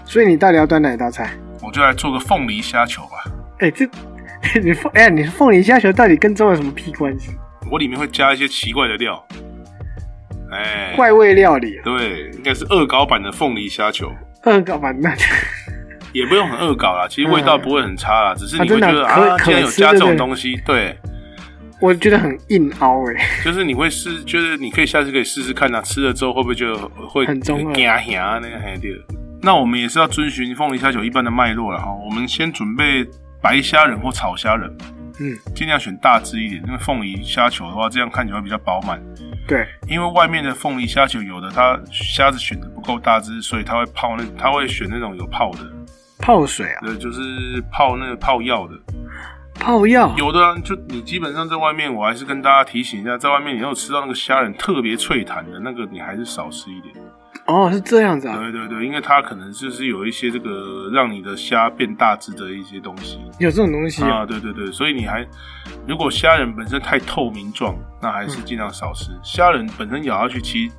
所以你到底要端哪一道菜？
我就来做个凤梨虾球吧，
哎，这 <laughs> 你凤哎，你凤梨虾球到底跟中有什么屁关系？
我里面会加一些奇怪的料，哎、
怪味料理啊，
对，应该是恶搞版的凤梨虾球，
恶嗯搞吧？那
也不用很恶搞啦，其实味道不会很差啦，只是
嗯啊
你会
真的
觉
啊
得
可
啊，
可
既然有
吃
加
对
这
不
种
对
东西，对，
<laughs> 我觉得很硬凹哎。
就是你会试，就是你可以下次可以试试看啊，吃了之后会不会觉得会
很中二
吓吓那个还对。那我们也是要遵循凤梨虾酒一般的脉络了哈。我们先准备白虾仁或炒虾仁，
嗯，
尽量选大只一点，因为凤梨虾球的话，这样看起来会比较饱满。
对，
因为外面的凤梨虾球有的它虾子选的不够大只，所以它会泡那，它会选那种有泡的，
泡水啊，
对，就是泡那个泡药的。
泡药，
有的啊，就你基本上在外面，我还是跟大家提醒一下，在外面你有吃到那个虾仁特别脆弹的那个，你还是少吃一点。
哦，是这样子啊，
对对对，因为它可能就是有一些这个让你的虾变大只的一些东西
有这种东西啊
啊，对对对，所以你还如果虾仁本身太透明状，那还
嗯
是尽量少吃。虾仁本身咬下去，其实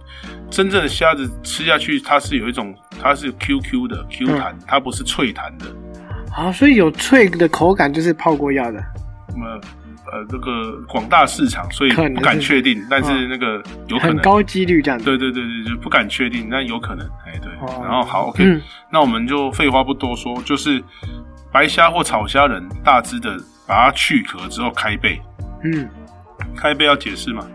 真正的虾子吃下去，它是有一种它是 QQ 的 Q 弹，
嗯
它不是脆弹的。
啊，所以有脆的口感就是泡过药的，
那么呃，这个广大市场，所以
可能
不敢
是嗯
确定，但是那个有可
很
能。
高几率这样子。
对对对对，就不敢确定，但有可能，哎对。
哦
然后好，OK，、
嗯
那我们就废话不多说，就是白虾或炒虾仁，大只的把它去壳之后开背，
嗯，
开背要解释嘛？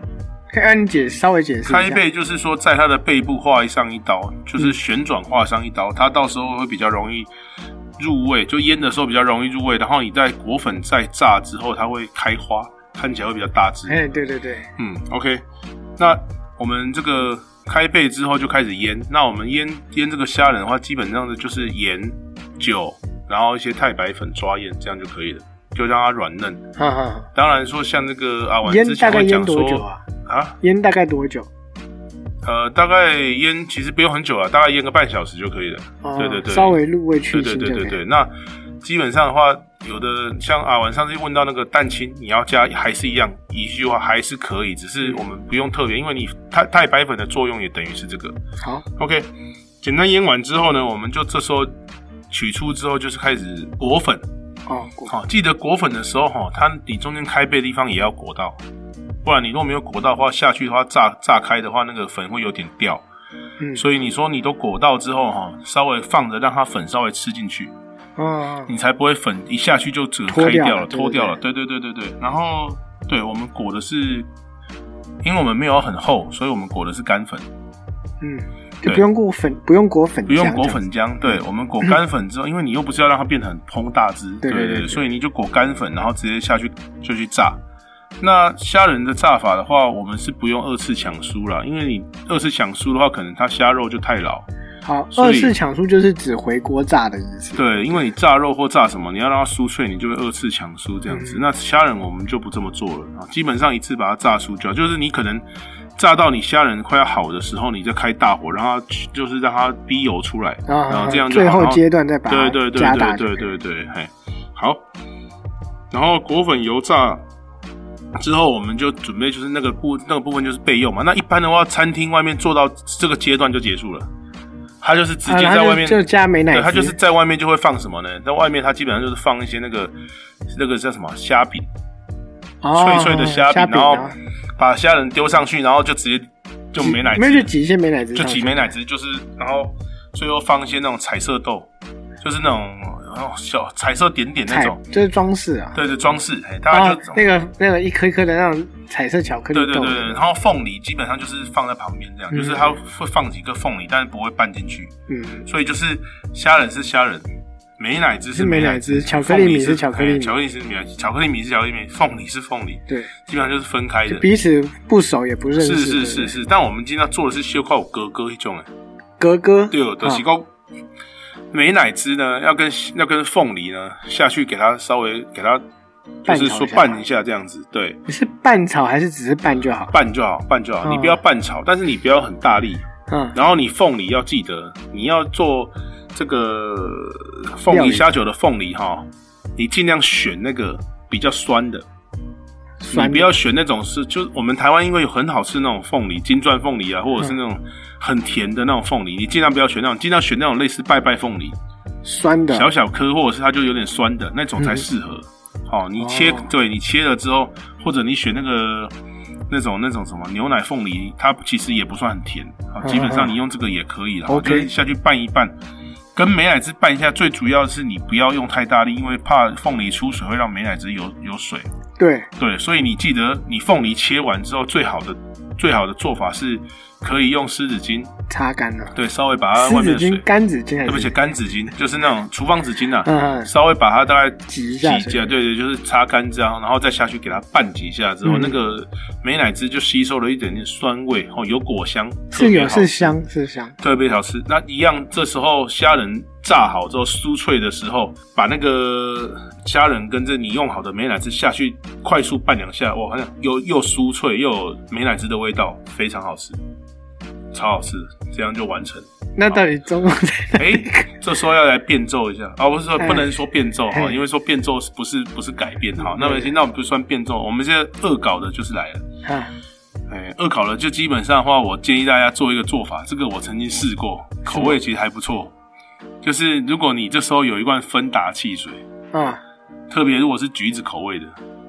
可以让你解稍微解释一下。
开背就是说在它的背部画上一刀，就是旋转画上一刀，它到时候会比较容易入味，就腌的时候比较容易入味，然后你在果粉再炸之后，它会开花，看起来会比较大只。
哎，对对对，
嗯，OK，那我们这个开背之后就开始腌。那我们腌腌这个虾仁的话，基本上的就是盐、酒，然后一些太白粉抓腌，这样就可以了，就让它软嫩。
哈哈。
当然说像这个阿婉
腌
之
大
前
概
会
腌
讲
多久
说
啊？
啊，
腌大概多久？
呃，大概腌其实不用很久啊，大概腌个半小时就可以了。
哦
对对对
稍微入味去
对对
腥
对
就
对
可以。
对，那基本上的话，有的像阿文上次问到那个蛋清，你要加还是一样，一句话还是可以，只是我们不用特别，因为你太太白粉的作用也等于是这个。
好，
OK，简单腌完之后呢，我们就这时候取出之后就是开始裹粉。
哦，过
好、记得裹粉的时候哈、它你中间开背的地方也要裹到，不然你如果没有裹到的话，下去的话炸炸开的话，那个粉会有点掉。
嗯，
所以你说你都裹到之后哈、稍微放着让它粉稍微吃进去，
哦，
你才不会粉一下去就整个
脱
开
掉
掉
了
了、
对
脱
对
掉了。对对对对对。然后，对我们裹的是，因为我们没有很厚，所以我们裹的是干粉，
嗯，就
对
不用过粉，不用裹粉，
不用裹。粉浆。对，我们裹干粉之后，因为你又不是要让它变得很膨大汁，
对对
对
对对
所以你就裹干粉，然后直接下去就去炸。那虾仁的炸法的话，我们是不用二次抢酥啦，因为你二次抢酥的话，可能它虾肉就太老，
好，
所
二
以
次抢酥就是指回锅炸的意思。
对，因为你炸肉或炸什么，你要让它酥脆，你就会二次抢酥这样子。
嗯
那虾仁我们就不这么做了啊，基本上一次把它炸酥就好，就是你可能炸到你虾仁快要好的时候，你再开大火，让它就是让它逼油出来，然后这样就
啊最
好
后
然后
阶段再把它
对对对
加大啊
对
就可以
对对对，嘿，好。然后果粉油炸之后，我们就准备就是那个部那个部分就是备用嘛。那一般的话，餐厅外面做到这个阶段就结束了，它就是直接
啊
在
它就
外面、
就加美乃
对，
滋，
它就是在外面就会放什么呢？在外面它基本上就是放一些那个那个叫什么虾饼，
哦
脆脆的虾饼
饼，
然后把虾仁丢上去，然后就直接就没奶
没有
汁
就，挤一些美乃滋
就
上去，
挤没奶汁，就是然后最后放一些那种彩色豆，就是那种哦小彩色点点那
彩
种，
就是装饰啊。
对对装饰，哎，大概
然后
就
哦那个那个一颗一颗的那种彩色巧克力
对对
豆
对，对，然后凤梨基本上就是放在旁边这样，
嗯
就是它会放几个凤梨，但是不会拌进去，
嗯，
所以就是虾仁是虾仁，美乃滋是美乃滋，
是美乃滋巧克力米是
凤
巧克力米
哎巧克力是米，巧克力米是巧克力米，凤梨是凤梨，
对，
基本上就是分开的。
彼此不熟也不认识，
是是
对
是
不对，
是，但我们今天要做的是修靠格格一种哎，
格格
对，就是
啊
讲美乃滋呢，要跟要跟凤梨呢下去给它稍微给它，就
拌
是
炒
说
一下
拌一下这样子，对，
你是拌炒还是只是拌就好？
拌就好，拌就好，
嗯
你不要拌炒，但是你不要很大力，
嗯，
然后你凤梨要记得，你要做这个凤
料
梨
理
虾酒的凤梨哈，你尽量选那个比较酸的，
酸
你不要选那种是就是我们台湾因为有很好吃那种凤梨金钻凤梨啊，或者是那种很甜的那种凤梨，你尽量不要选那种，尽量选那种类似拜拜凤梨，
酸的，
小小颗或者是它就有点酸的那种才适合。好、你切、
嗯哦
对你切了之后，或者你选那个那种那种什么牛奶凤梨，它其实也不算很甜，好、
嗯
基本上你用这个也可以了。
OK
就是下去拌一拌，跟美乃滋拌一下，最主要是你不要用太大力，因为怕凤梨出水会让美乃滋有有水。
对，
对，所以你记得你凤梨切完之后，最好的最好的做法是可以用湿纸巾，
擦干了。
对，稍微把它啊外
湿
面
纸
的水
巾、。干纸巾还
对
是？
不起，干纸巾就是那种厨房纸巾啊，
嗯，嗯
稍微把它大概
挤一
挤
下
一
水
下，对对，就是擦干这样，然后再下去给它拌几下之后，
嗯
那个美乃滋就吸收了一点点酸味，哦，有果香，特
是
别
有
好
是香是香，
特别好吃。那一样，这时候虾仁炸好之后酥脆的时候，把那个虾仁跟着你用好的美乃滋下去，快速拌两下，哇，好像又又酥脆又有美乃滋的味道，非常好吃，超好吃，这样就完成。
那到底中国在哪？
哎、这时候要来变奏一下啊，不是说
哎
不能说变奏哈，
哎
因为说变奏是不是不是改变哈？那
对
么行，那我们不算变奏，我们现在恶搞的就是来了。
啊，
哎，恶搞了就基本上的话，我建议大家做一个做法，这个我曾经试过，口味其实还不错。就是如果你这时候有一罐芬达汽水，
啊
特别如果是橘子口味的，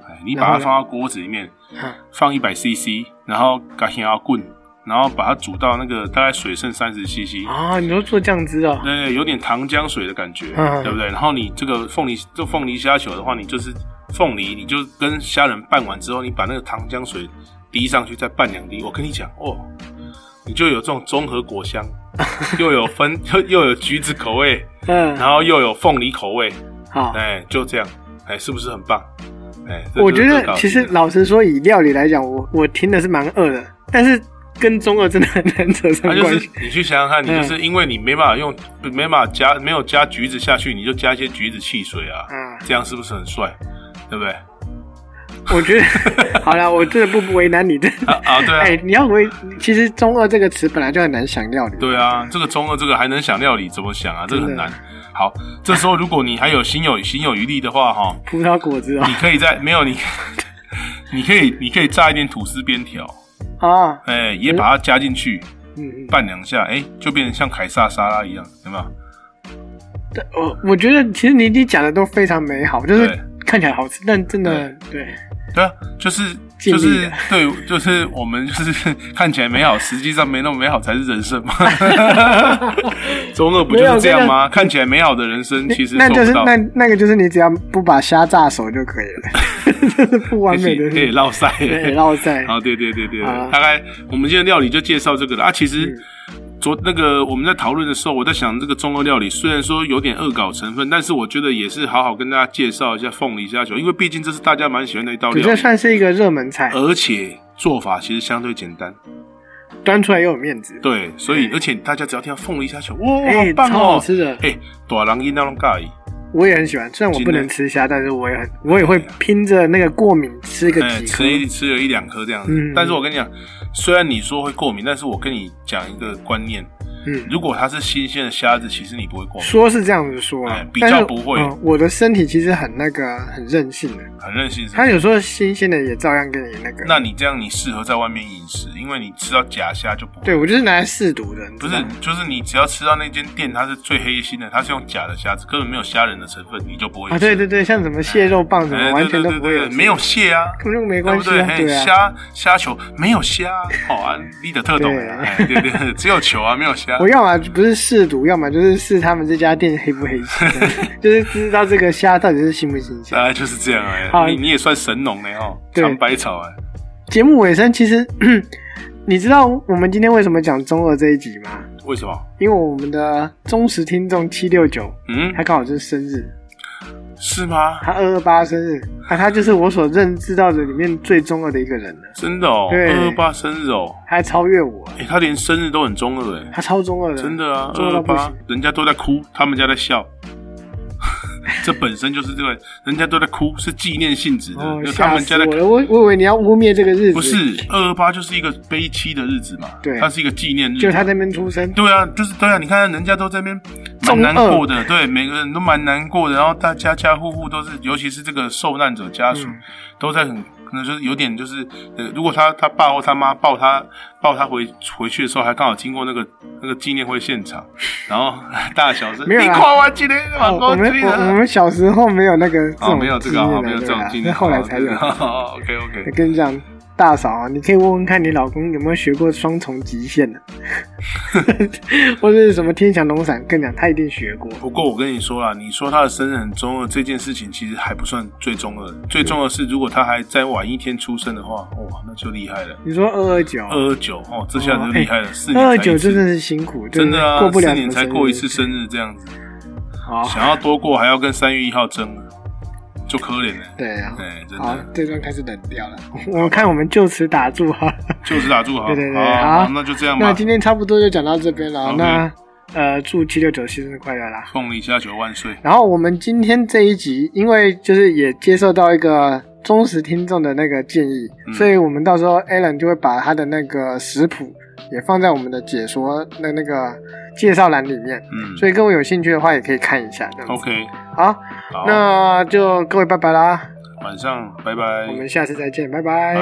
哎，你把它
然后呢
放到锅子里面，
啊，
放一百 CC，然后嘎香棍，然后把它煮到那个大概水剩三十 CC，
哦，你说做酱汁哦，
对对，有点糖浆水的感觉，
嗯
对不对？然后你这个凤梨，这凤梨虾球的话，你就是凤梨，你就跟虾仁拌完之后，你把那个糖浆水滴上去，再拌两滴。我跟你讲哦，你就有这种综合果
<laughs>
香，又有分 <laughs> 又又有橘子口味，
嗯，
然后又有凤梨口味，
好。
哎，就这样，哎，是不是很棒？哎，这
我
就是
觉
最高
得
级
其实
的
老实说，以料理来讲，我我听的是蛮饿的，但是跟中二真的很难扯上
它啊就
关
是
系。
你去想想看，你
嗯
就是因为你没办法用，没办法加，没有加橘子下去，你就加一些橘子汽水啊，
嗯，
这样是不是很帅？对不对？
我
<laughs>
觉得好啦，我真的不为难你这。
啊啊，对啊，
<laughs> 哎，你要为，其实“中二”这个词本来就很难想料理。
对啊，这个中二这个还能想料理，怎么想啊？这个很难。好，这时候如果你还有心有心有余力的话，哈，
葡萄果汁哦
你，可以在没有你， <laughs> 你可以你可以炸一点吐司边条，
啊，
哎、也把它加进去
嗯嗯，
拌两下，哎、就变成像凯撒沙拉一样，有没有？
对我哦我觉得其实你你讲的都非常美好，就是
对
看起来好吃，但真的对，
对啊，就是
尽
就
力
是
了
对，就是我们就是 <laughs> 看起来美好，实际上没那么美好才是人生嘛。 <laughs> 中二不就是这样吗？看起来美好的人生，其实
那
做
就是
不到。
那那个就是你只要不把虾炸熟就可以了， <laughs> 这是不完美的
可以
事。
绕赛，
<laughs>
<laughs>
对，然后再
啊，对对对对，
啊
大概我们今天的料理就介绍这个了啊。其实昨那个我们在讨论的时候，我在想这个中欧料理虽然说有点恶搞成分，但是我觉得也是好好跟大家介绍一下凤梨虾球，因为毕竟这是大家蛮喜欢的一道
你
料呃
这
理，
算是一个热门菜
而且做法其实相对简单。
端出来又有面子，
对，所以而且大家只要听到凤梨虾球，哇，
哎、
好
超
棒
好
哦！
吃的，
哎，大人囡仔拢介意，
我也很喜欢。虽然我不能吃虾，但是我也很，我也会拼着那个过敏吃个
哎，
几颗
吃。一吃了一两颗这样子
嗯。
但是我跟你讲，虽然你说会过敏，但是我跟你讲一个观念，
嗯，
如果它是新鲜的虾子，其实你不会过敏，
说是这样子说
哎
啊，
比
但是
较不会
嗯我的身体其实很那个，很任性的。
很任性。
它有时候新鲜的也照样给你那个。
那你这样，你适合在外面饮食，因为你吃到假虾就不会。
对我就是拿来试毒的，你
不
知
是
道吗，
就是你只要吃到那间店，它是最黑心的，它是用假的虾子，根本没有虾仁的成分，你就不会吃。
啊，对对对，像什么蟹肉棒什么，
哎，
完
对对
全都
对
不会
对，
有，
没有，蟹啊，
根本就没
对
关
不
系
对？哎
啊，
嘿
对啊，
虾虾球没有虾，哦啊，你的特懂，
对
哎对对，对只有球啊，没有虾
我。要么不是试毒，要么就是试他们这家店黑不黑心，
<laughs>
就是知道这个虾到底是新不新鲜
大。概就是这样哎，
好
你你也算神农嘞哦，
对
尝百草哎，
<laughs> 节目尾声，其实你知道我们今天为什么讲中二这一集吗？
为什么？
因为我们的忠实听众七六九，
嗯
他，刚好就是生日，
是吗？
他二二八生日，啊，他就是我所认知到的里面最中二的一个人了，
真的哦，
对
二二八生日哦，
他还超越我，
哎，他连生日都很中二哎，
他超中二的，
真的啊，
中
二二
二到不
八
行，
人家都在哭，他们家在笑。 <laughs> 这本身就是这个，人家都在哭，是纪念性质的，
哦，
就他
吓
们
死
家在
我了！我我以为你要污蔑这个日子，
不是二二八就是一个悲戚的日子嘛，
对
它是一个纪念日，
就他在那边出生，
对啊，就是对啊，你看人家都在那边蛮难过的，对，每个人都蛮难过的，然后大家家户户都是，尤其是这个受难者家属，
嗯
都在很可能就是有点就是，呃，如果他他爸或他妈抱他抱他回回去的时候，还刚好经过那个那个纪念会现
<laughs>
场，然后大小声，
没有啦
你看我今天
哦
晚
我
光
们
追
我我
了。
们小时候没有那个这
哦，
种
没有这个，
经
哦，
验
没有这种
对啊
经历，哦
那后来才有。
OK OK，
我跟你讲，大嫂啊，你可以问问看你老公有没有学过双重极
<laughs>
限呢、或者是什么天翔龙闪，跟你讲他一定学过。
不过我跟你说啦，啊你说他的生日很中二这件事情，其实还不算最中二。最中二是，如果他还再晚一天出生的话，哇，那就厉害了。
你说二二九，
二二九哦，这下子就厉害了，四、
二
年
哎二
才一
九
次
真的是辛苦，
真的啊，
过不了
四
什
年
么
才
生
过一
日哦
次。生日这样子，
好，
想要多过还要跟三月一号争，就可怜了。
对啊。
对，真
好
的，
这段开始冷掉了。我看我们就此打住哈。
就此打住好，
对对对
好，
好
好那就这样
那
吧。
今天差不多就讲到这边了。
OK
那呃，祝七六九生日快乐啦！
凤梨虾球万岁！
然后我们今天这一集，因为就是也接受到一个忠实听众的那个建议，
嗯
所以我们到时候 Alan 就会把他的那个食谱也放在我们的解说的那个介绍栏里面，
嗯
所以各位有兴趣的话也可以看一下。这样子
，OK，
好，
好，
那就各位拜拜啦，
晚上拜
我
拜，
们下次再见，拜
拜。